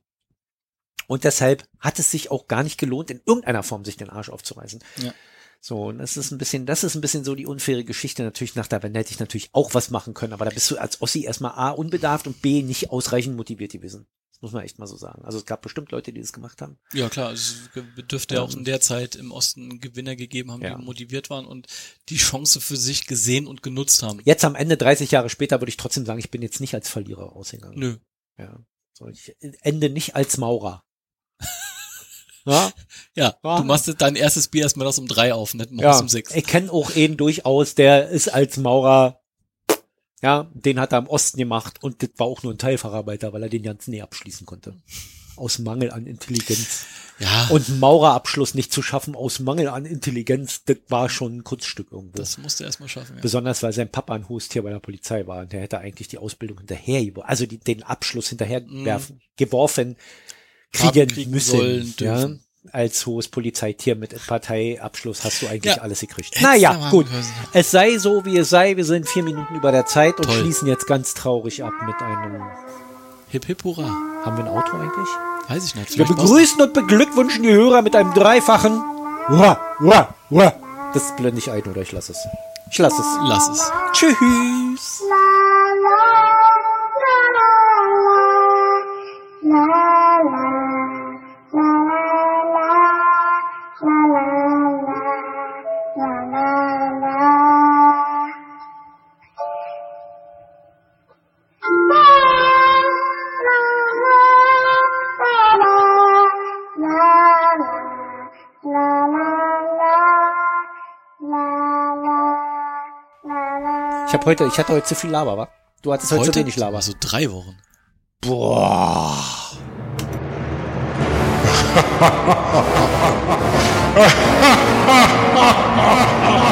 Und deshalb hat es sich auch gar nicht gelohnt, in irgendeiner Form sich den Arsch aufzureißen.
Ja.
So, und das ist ein bisschen, das ist ein bisschen so die unfaire Geschichte. Natürlich nach der Wende hätte ich natürlich auch was machen können, aber da bist du als Ossi erstmal A, unbedarft und B, nicht ausreichend motiviert gewesen. Das muss man echt mal so sagen. Also es gab bestimmt Leute, die das gemacht haben.
Ja, klar. Es ge- dürfte ja auch in der Zeit im Osten Gewinner gegeben haben,
Ja.
die motiviert waren und die Chance für sich gesehen und genutzt haben.
Jetzt am Ende, 30 Jahre später, würde ich trotzdem sagen, ich bin jetzt nicht als Verlierer ausgegangen.
Nö.
Ja. So, ich ende nicht als Maurer. ja,
Ja,
Ja.
du machst dein erstes Bier erstmal das um drei auf, nicht morgens
ja.
um sechs.
ich kenne auch einen durchaus, der ist als Maurer, ja, den hat er im Osten gemacht und das war auch nur ein Teilverarbeiter, weil er den ganzen nie abschließen konnte. aus Mangel an Intelligenz.
Ja,
Und einen Maurerabschluss nicht zu schaffen aus Mangel an Intelligenz, das war schon ein Kunststück irgendwo.
das musst du erstmal schaffen. Ja.
Besonders weil sein Papa ein hohes Tier bei der Polizei war und der hätte eigentlich die Ausbildung hinterher, gewo- also die, den Abschluss hinterher werfen, geworfen, kriegen,
Haben Mhm. kriegen
müssen.
sollen,
ja?
dürfen.
Als hohes Polizeitier mit Parteiabschluss hast du eigentlich
Ja.
alles gekriegt.
Hättest du
Naja,
mal
gut.
machen können.
Es sei so, wie es sei. Wir sind vier Minuten über der Zeit und
Toll.
schließen jetzt ganz traurig ab mit einem.
Hip hip hurra.
Haben wir ein Auto eigentlich?
Weiß ich nicht.
Wir
Vielleicht
begrüßen und beglückwünschen die Hörer mit einem dreifachen. Hurra, hurra, hurra. Das blende ich ein oder ich lasse es. Ich lasse es.
brauchst- Lass es.
Tschüss. Ich habe heute, ich hatte heute zu viel Laber, wa? Du hattest heute, zu wenig Laber.
Also drei Wochen.
Hi,